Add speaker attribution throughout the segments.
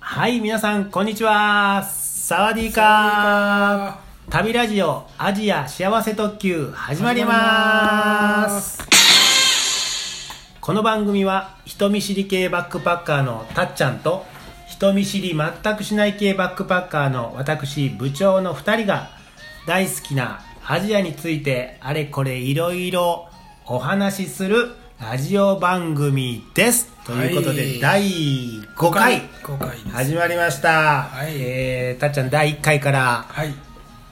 Speaker 1: はい、皆さん、こんにちは。サワディーカー。旅ラジオアジア幸せ特急始まります。この番組は人見知り系バックパッカーのたっちゃんと人見知り全くしない系バックパッカーの私部長の2人が大好きなアジアについてあれこれいろいろお話しするラジオ番組です。ということで、
Speaker 2: はい
Speaker 1: 第5回。
Speaker 2: 5回です
Speaker 1: 始まりました、
Speaker 2: はい
Speaker 1: えーたっちゃん第1回から
Speaker 2: はい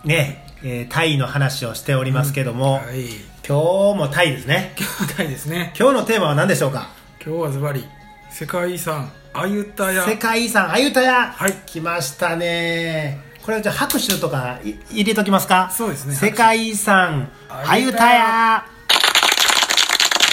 Speaker 1: ね、えータイの話をしておりますけども、
Speaker 2: はい
Speaker 1: 今日もタイですね
Speaker 2: 今日回ですね
Speaker 1: 今日のテーマは何でしょうか
Speaker 2: 今日はズバリ世界遺産アユタヤ
Speaker 1: 世界遺産あゆたや、
Speaker 2: はい
Speaker 1: 来ましたねこれじゃあ拍手とかい入れときますか
Speaker 2: そうですね
Speaker 1: 世界遺産あゆたやは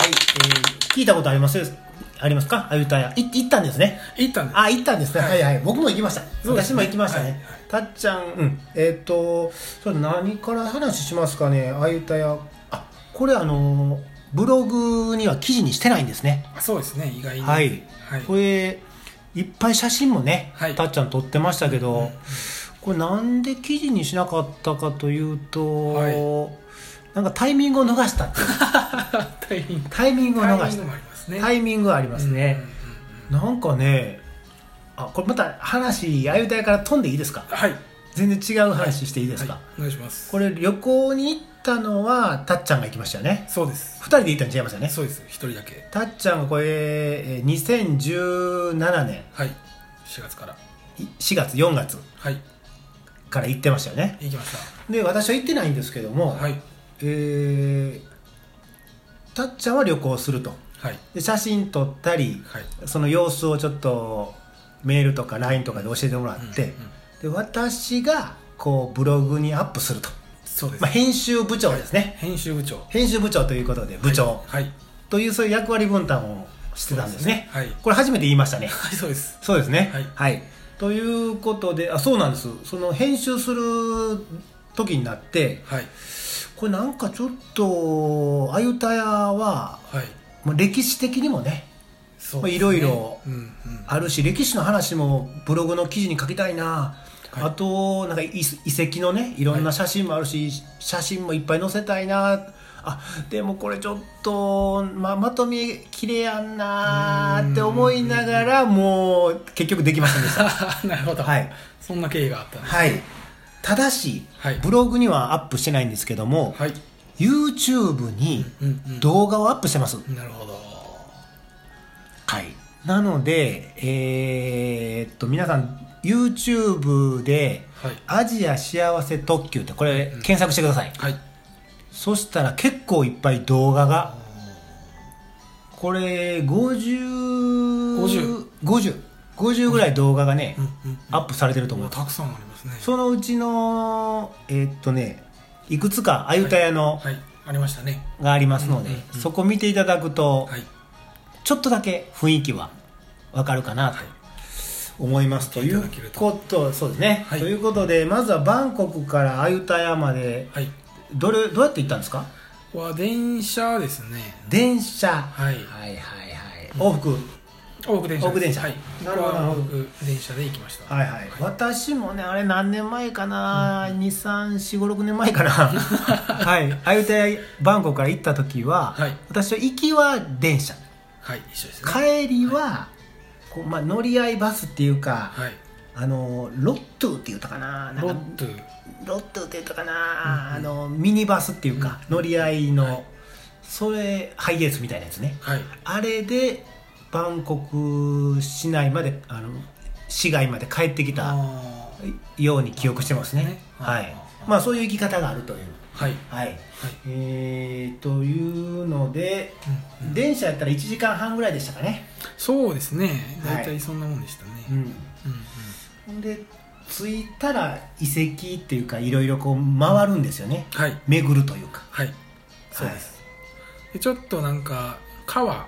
Speaker 1: い、えー聞いたことありますありますかあゆたやい行ったんですね
Speaker 2: 行ったんです
Speaker 1: あ行ったんですね、はい、はい僕も行きました、
Speaker 2: そうです
Speaker 1: 私
Speaker 2: ね
Speaker 1: も行きましたね、たっちゃん、うん、えっ、とそれ何から話しますかねあゆたやあこれあのブログには記事にしてないんですね
Speaker 2: そうですね意外に
Speaker 1: はい、
Speaker 2: はい
Speaker 1: これいっぱい写真もね、
Speaker 2: はい
Speaker 1: たっちゃん撮ってましたけど、これなんで記事にしなかったかというと、
Speaker 2: はい
Speaker 1: なんかタイミングを逃したっていう
Speaker 2: タイミ
Speaker 1: タイミン
Speaker 2: ング
Speaker 1: グを逃
Speaker 2: タイミ
Speaker 1: し
Speaker 2: ング
Speaker 1: た
Speaker 2: もありますね
Speaker 1: タ
Speaker 2: イ
Speaker 1: イミングはありますね、なんかねあこれまた話あゆたいから飛んでいいですか
Speaker 2: はいい
Speaker 1: 全然違う話していいですか、
Speaker 2: お願いします
Speaker 1: これ旅行に行ったのはたっちゃんが行きましたよね
Speaker 2: そうです
Speaker 1: 2人で行ったん違いましたね
Speaker 2: そうです一人だけ
Speaker 1: たっちゃんがこれえー2017年
Speaker 2: はい4月から
Speaker 1: い4月4月
Speaker 2: はい
Speaker 1: から行ってましたよね
Speaker 2: 行きまし
Speaker 1: で私は行ってないんですけど
Speaker 2: た
Speaker 1: も、
Speaker 2: はい
Speaker 1: えーたっちゃんは旅行すると
Speaker 2: はい
Speaker 1: で写真撮ったり
Speaker 2: はい
Speaker 1: その様子をちょっとメールとか LINE とかで教えてもらって、
Speaker 2: うんうん
Speaker 1: で私がこうブログにアップすると、
Speaker 2: そうです
Speaker 1: まあ、編集部長ですね
Speaker 2: 編集部長
Speaker 1: 編集部長ということで部長
Speaker 2: はい
Speaker 1: というそういう役割分担をしてたんですね
Speaker 2: そうですねはい
Speaker 1: これ初めて言いましたね
Speaker 2: はいそうです
Speaker 1: そうですね
Speaker 2: はい
Speaker 1: ということであそうなんですその編集する時になって
Speaker 2: はい
Speaker 1: これなんかちょっとあゆたやは、
Speaker 2: はい
Speaker 1: まあ、歴史的にもね
Speaker 2: そ
Speaker 1: まあいろいろ
Speaker 2: うん うん
Speaker 1: あるし歴史の話もブログの記事に書きたいな、
Speaker 2: はい
Speaker 1: あとなんか遺遺跡のねいろんな写真もあるし、写真もいっぱい載せたいなあでもこれちょっと、ままとめきれやんなーって思いながらもう結局できませんでした
Speaker 2: なるほど
Speaker 1: はい
Speaker 2: そんな経緯があったんで す
Speaker 1: はいただし、
Speaker 2: はい
Speaker 1: ブログにはアップしてないんですけども、
Speaker 2: はい
Speaker 1: YouTube に
Speaker 2: うんうん
Speaker 1: 動画をアップしてます、
Speaker 2: なるほど
Speaker 1: はい、なので、えーっと皆さん YouTube で
Speaker 2: はい
Speaker 1: 「アジア幸せ特急」ってこれ
Speaker 2: ん
Speaker 1: 検索してください、
Speaker 2: はい
Speaker 1: そしたら結構いっぱい動画がこれ505050
Speaker 2: 50
Speaker 1: 50ぐらい動画がね、
Speaker 2: うんうん
Speaker 1: アップされてると思
Speaker 2: も
Speaker 1: う
Speaker 2: うたくさんありますね
Speaker 1: そのうちのえーっとねいくつかあゆたやの
Speaker 2: はいありましたね
Speaker 1: がありますので、
Speaker 2: うんうんうん
Speaker 1: そこ見ていただくと、
Speaker 2: はい
Speaker 1: ちょっとだけ雰囲気はわかるかなと
Speaker 2: はい
Speaker 1: 思いますと
Speaker 2: 見て
Speaker 1: い
Speaker 2: いた
Speaker 1: う
Speaker 2: だけると
Speaker 1: ことそうですね、
Speaker 2: はい
Speaker 1: ということでまずはバンコクからアユタヤまで
Speaker 2: はい
Speaker 1: どれどうやって行ったんですか
Speaker 2: は電車ですね
Speaker 1: 電車、
Speaker 2: はい
Speaker 1: はいはいはい往復、
Speaker 2: 往復電車
Speaker 1: 往復電車
Speaker 2: はい
Speaker 1: なるほどなるほど
Speaker 2: 往復電車で行きました
Speaker 1: はいはい私もねあれ何年前かな、23456年前か なはいアユタヤバンコクから行った時は、
Speaker 2: はい
Speaker 1: 私は行きは電車
Speaker 2: はい一緒ですね
Speaker 1: 帰りは、こうまあ、乗り合いバスっていうか、
Speaker 2: はい
Speaker 1: あのロットゥって言ったかななんか
Speaker 2: ロットゥ
Speaker 1: ロットって言ったかな、あのミニバスっていうか、乗り合いの、それハイエースみたいなやつね
Speaker 2: はい
Speaker 1: あれでバンコク市内まであの市外まで帰ってきた
Speaker 2: あ
Speaker 1: ように記憶してますね
Speaker 2: ね
Speaker 1: はい
Speaker 2: あー
Speaker 1: まあそういう生き方があるという
Speaker 2: ーは
Speaker 1: は
Speaker 2: い
Speaker 1: いえー、というので、
Speaker 2: うん
Speaker 1: 電車やったら1時間半ぐらいでしたかね
Speaker 2: そうですね
Speaker 1: はい
Speaker 2: 大体そんなもんでしたね
Speaker 1: うん
Speaker 2: うんうん
Speaker 1: ほんで着いたら遺跡っていうかいろいろこう回るんですよね
Speaker 2: はい
Speaker 1: 巡るというか
Speaker 2: はいそうですでちょっとなんか川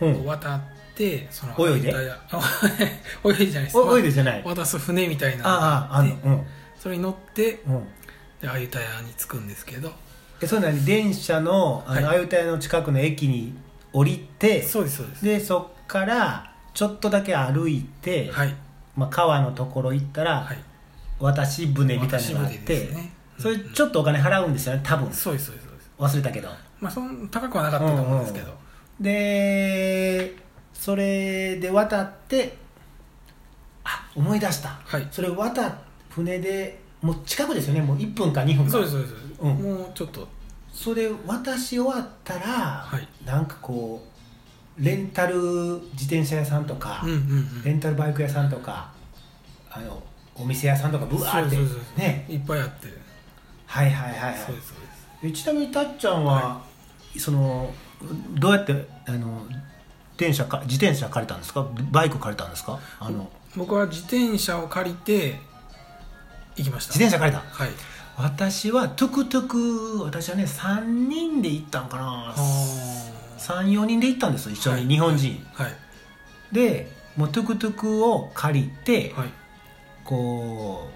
Speaker 1: う
Speaker 2: を
Speaker 1: ん、
Speaker 2: 渡ってその
Speaker 1: 泳いで
Speaker 2: 反対や 泳いでじゃないです
Speaker 1: お泳いでじゃない、
Speaker 2: 渡す船みたいなの
Speaker 1: ああ
Speaker 2: が
Speaker 1: あ
Speaker 2: あっ
Speaker 1: の
Speaker 2: て
Speaker 1: うん
Speaker 2: それに乗って
Speaker 1: うん
Speaker 2: でアユタヤに着くんですけど
Speaker 1: えそれなに電車のあの、
Speaker 2: はい
Speaker 1: あゆたやの近くの駅に降りて
Speaker 2: そうですそうです
Speaker 1: でそっからちょっとだけ歩いて、
Speaker 2: はい
Speaker 1: まあ、川のところ行ったら、
Speaker 2: はい
Speaker 1: 渡し船みたいなのがあっ
Speaker 2: 渡し船
Speaker 1: て、
Speaker 2: ですね
Speaker 1: それちょっとお金払うんですよね多分
Speaker 2: そうですそうですそうです
Speaker 1: 忘れたけど
Speaker 2: まあそん高くはなかったと思うんですけど、
Speaker 1: うんでそれで渡ってあ思い出した、
Speaker 2: はい
Speaker 1: それ渡っ船でもう近くですよねもう1分か2分か
Speaker 2: そうですそうです、そ
Speaker 1: う
Speaker 2: う
Speaker 1: ん
Speaker 2: ですもうちょっと
Speaker 1: それ渡し終わったら、
Speaker 2: い
Speaker 1: なんかこうレンタル自転車屋さんとか、
Speaker 2: うんうんうん
Speaker 1: レンタルバイク屋さんとかあのお店屋さんとかブワーって
Speaker 2: そうそうそうそう
Speaker 1: ね
Speaker 2: いっぱいあって、
Speaker 1: はいはいはいはい
Speaker 2: そうですそうです
Speaker 1: えちなみにたっちゃんは、
Speaker 2: は
Speaker 1: そのどうやってあの電車か自転車借りたんですかバイク借りたんですかあの
Speaker 2: 僕は自転車を借りて行きました
Speaker 1: 自転車借りた
Speaker 2: はい
Speaker 1: 私はトゥクトゥク私はね3人で行ったんかな34人で行ったんですよ一緒
Speaker 2: はい
Speaker 1: に日本人、
Speaker 2: はい
Speaker 1: でもうトゥクトゥクを借りて、
Speaker 2: はい、
Speaker 1: こ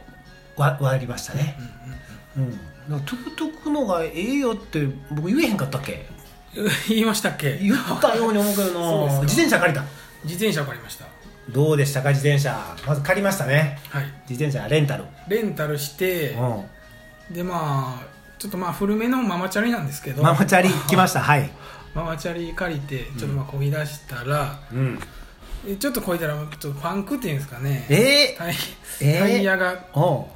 Speaker 1: うわ割りましたね
Speaker 2: うんうん
Speaker 1: うん、だからトゥクトゥクのがええよって僕言えへんかったっけ
Speaker 2: うん、言いましたっけ
Speaker 1: 言ったように思うけど
Speaker 2: そうです
Speaker 1: な
Speaker 2: か
Speaker 1: 自転車借りた
Speaker 2: 自転車を借りました
Speaker 1: どうでしたか自転車まず借りましたね
Speaker 2: はい
Speaker 1: 自転車レンタル
Speaker 2: レンタルして
Speaker 1: う
Speaker 2: でまあちょっとまあ古めのママチャリなんですけど
Speaker 1: んママチャ リ来ましたはい
Speaker 2: ママチャリ借りてちょっとまあ漕ぎ出したら、
Speaker 1: うん
Speaker 2: えちょっと漕いだらちょっとパンクっていうんですかね
Speaker 1: えー
Speaker 2: タイ
Speaker 1: えー
Speaker 2: タイヤが
Speaker 1: おう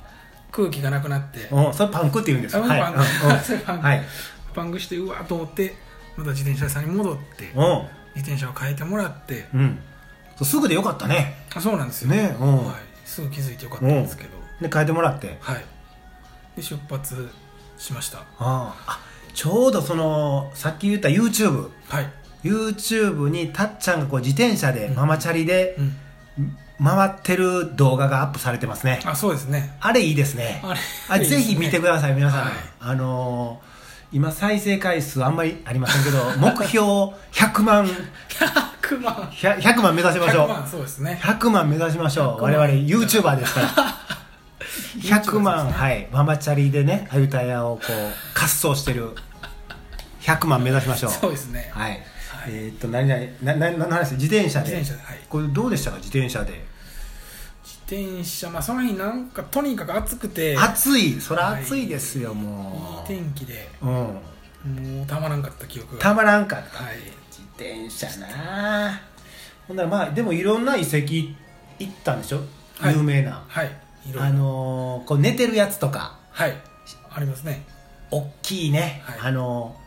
Speaker 2: 空気がなくなって
Speaker 1: おうそれパンクって言うんですよ
Speaker 2: あ
Speaker 1: はい
Speaker 2: パンク それ
Speaker 1: うん
Speaker 2: パ
Speaker 1: う
Speaker 2: ン
Speaker 1: ん
Speaker 2: ク
Speaker 1: はい
Speaker 2: パンクしてうわーと思ってまた自転車屋さんに戻って
Speaker 1: おう
Speaker 2: 自転車を変えてもらって
Speaker 1: うんそうすぐでよかったね
Speaker 2: あそうなんですよ
Speaker 1: ねうん
Speaker 2: はい、すぐ気づいてよかったんですけど、
Speaker 1: で変えてもらって
Speaker 2: はいで出発しました
Speaker 1: あああちょうどそのさっき言った YouTubeYouTube
Speaker 2: はい、
Speaker 1: にたっちゃんがこう自転車で
Speaker 2: うん
Speaker 1: ママチャリで
Speaker 2: うん、
Speaker 1: 回ってる動画がアップされてますね
Speaker 2: あそうですね
Speaker 1: あれいいですね
Speaker 2: あ
Speaker 1: あ
Speaker 2: れ
Speaker 1: ぜひ見てください皆さん、
Speaker 2: はい
Speaker 1: あのー今再生回数あんまりありませんけど 目標100万
Speaker 2: 100万
Speaker 1: 100 100万目指しましょう
Speaker 2: 100万そうですね
Speaker 1: 100万目指しましょう
Speaker 2: 100万
Speaker 1: 我々 YouTuber ですから 100
Speaker 2: YouTuber
Speaker 1: 万、
Speaker 2: ですね
Speaker 1: はいママチャリでねアユタヤをこう滑走してる100万目指しましょう
Speaker 2: そうですね
Speaker 1: はい、えーっと何々なな何の話自転車で
Speaker 2: 自転車ではい
Speaker 1: これどうでしたか自転車で
Speaker 2: 自転車まあその日なんかとにかく暑くていい
Speaker 1: 暑いそら暑いですよ、もう
Speaker 2: 天気で
Speaker 1: うん
Speaker 2: もうたまらんかった記憶が
Speaker 1: たまらんかった
Speaker 2: はい
Speaker 1: 自転車なあほんならまあでもいろんな遺跡行ったんでしょ、
Speaker 2: はい
Speaker 1: 有名な
Speaker 2: はいいろ
Speaker 1: あ
Speaker 2: いろ
Speaker 1: のーこう寝てるやつとか
Speaker 2: はいありますね
Speaker 1: 大きいね、
Speaker 2: はい
Speaker 1: あのー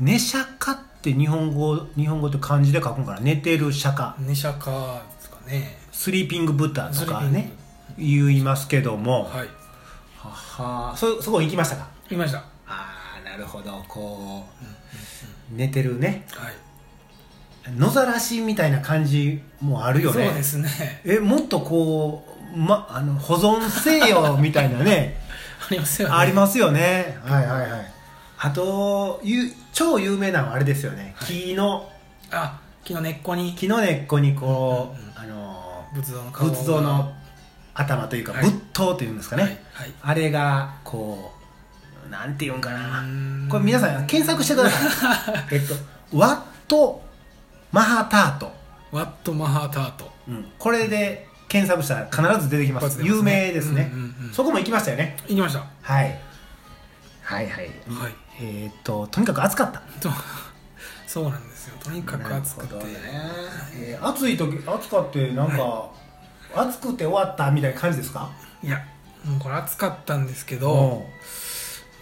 Speaker 1: 寝釈迦って日本語日本語って漢字で書くんかな寝てる釈迦
Speaker 2: 寝車かですかね
Speaker 1: スリーピングブッダとか
Speaker 2: スリーピン
Speaker 1: ね言いますけども、は
Speaker 2: はい
Speaker 1: はそそこ行きましたか
Speaker 2: いました、うん
Speaker 1: ああなるほどこ
Speaker 2: うん
Speaker 1: う寝てるね
Speaker 2: うんはい
Speaker 1: 野ざらしみたいな感じもあるよね
Speaker 2: そうですね
Speaker 1: えもっとこう、ま、あの保存せよみたいなね
Speaker 2: ありますよね
Speaker 1: ありますよねはいはいはいあとゆ超有名なのはあれですよね、木の
Speaker 2: あ木の根っこに
Speaker 1: 木の根っこにこう、
Speaker 2: うんうんうん
Speaker 1: あの
Speaker 2: 仏像の顔が
Speaker 1: 仏像の頭というか、
Speaker 2: はい
Speaker 1: 仏頭というんですかね、
Speaker 2: はい、
Speaker 1: あれがこうなんていうんかな、
Speaker 2: はい、
Speaker 1: これ皆
Speaker 2: ん
Speaker 1: さん検索してくだ さいえっとワット・マハタート
Speaker 2: ワット・マハータート
Speaker 1: これで検索したら必ず出てきます
Speaker 2: 一発出ますね
Speaker 1: 有名ですね、
Speaker 2: うんうんうん
Speaker 1: そこも行きましたよね
Speaker 2: 行きましたは
Speaker 1: はいはいはい
Speaker 2: い
Speaker 1: えーっととにかく暑かった
Speaker 2: と そうなんですよとにかく暑くて、
Speaker 1: なるほどねえー暑い時暑かってなんか、暑くて終わったみたいな感じですか
Speaker 2: いやもうこれ暑かったんですけ
Speaker 1: う
Speaker 2: ど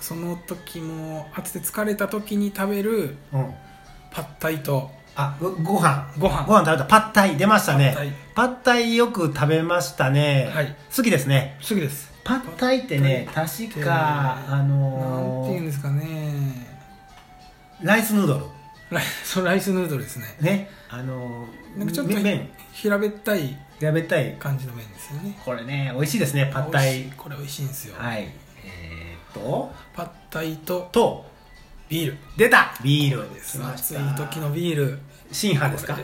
Speaker 2: その時も暑くて疲れた時に食べる
Speaker 1: んうん
Speaker 2: パッタイと
Speaker 1: あごご飯
Speaker 2: ご飯
Speaker 1: ご飯食べたパッタイ出ましたね
Speaker 2: パッタイ
Speaker 1: パッタイよく食べましたね、
Speaker 2: はい
Speaker 1: 好きですね
Speaker 2: すぐです
Speaker 1: パッタイってね確かあ
Speaker 2: なん
Speaker 1: の
Speaker 2: ていうん
Speaker 1: ー
Speaker 2: ですかね
Speaker 1: ライスヌードル
Speaker 2: ライ そうライスヌードルですね
Speaker 1: ねあのー
Speaker 2: なんかちょっと
Speaker 1: め麺
Speaker 2: 平べったい
Speaker 1: 平べったい
Speaker 2: 感じの麺ですよね
Speaker 1: これね美味しいですねパッタ
Speaker 2: 美味
Speaker 1: イ
Speaker 2: しいこれ美味しいんですよ、
Speaker 1: はいえー、っと
Speaker 2: パッタイと
Speaker 1: と
Speaker 2: ビール
Speaker 1: 出たビール
Speaker 2: です暑い時のビール
Speaker 1: 新派ですか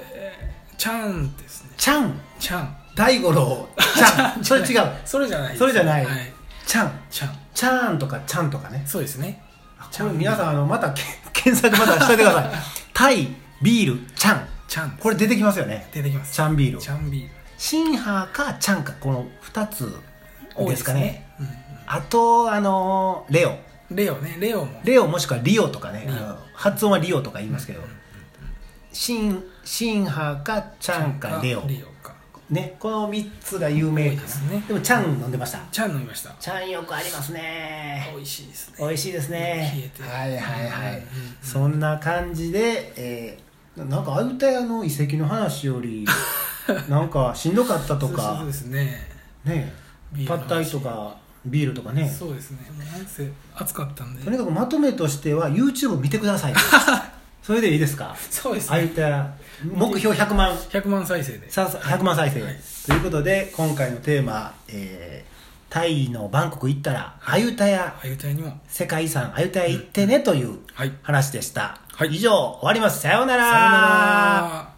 Speaker 2: チャンですね
Speaker 1: チャン
Speaker 2: チャン
Speaker 1: 大五郎チ ャンそれ違う
Speaker 2: それじゃないです
Speaker 1: それじゃない
Speaker 2: はい、
Speaker 1: チャン
Speaker 2: チャン
Speaker 1: チャーンとかチャンとかね
Speaker 2: そうですね
Speaker 1: これ皆さんあのまたけ 検索またしといてくだ さいタイビールチャン
Speaker 2: チャン
Speaker 1: これ出てきますよね
Speaker 2: 出てきます
Speaker 1: チャンビール
Speaker 2: チャンビール
Speaker 1: シンハーかチャンかこの2つ
Speaker 2: 多い
Speaker 1: ですかね
Speaker 2: うん
Speaker 1: あとあのレオ
Speaker 2: うんレオねレオも
Speaker 1: レオもしくはリオとかね
Speaker 2: リオ
Speaker 1: あの発音はリオとか言いますけど、シンシンハーかチャンかレオ
Speaker 2: レオか
Speaker 1: ねこの3つが有名
Speaker 2: 多い
Speaker 1: か
Speaker 2: ですね
Speaker 1: でもチャン飲んでました、
Speaker 2: ちゃん飲みました
Speaker 1: チャンよくありますね
Speaker 2: 美味しいですね
Speaker 1: 美味しいです
Speaker 2: 冷え
Speaker 1: ね
Speaker 2: て
Speaker 1: はいはいはい、
Speaker 2: うん
Speaker 1: そんな感じで、えーなんかあうたやの遺跡の話よ りなんかしんどかったとか
Speaker 2: そうですね
Speaker 1: ね
Speaker 2: ビール
Speaker 1: パ
Speaker 2: の話
Speaker 1: ッタイとかビールとかね
Speaker 2: そうですねもうなんせ暑かったん
Speaker 1: とに
Speaker 2: で
Speaker 1: かくまとめとしては YouTube 見てくだ さいそれでいいですか
Speaker 2: そうです
Speaker 1: あ
Speaker 2: ね
Speaker 1: うたや目標100万
Speaker 2: 100万再生で
Speaker 1: さ100万再生、
Speaker 2: はい
Speaker 1: ということで今回のテーマ、えータイのバンコク行ったらあゆたや
Speaker 2: あゆたいにも
Speaker 1: 世界遺産あゆたや行ってねという
Speaker 2: はい
Speaker 1: 話でした、
Speaker 2: はい
Speaker 1: 以上終わりますさようなら
Speaker 2: さよなら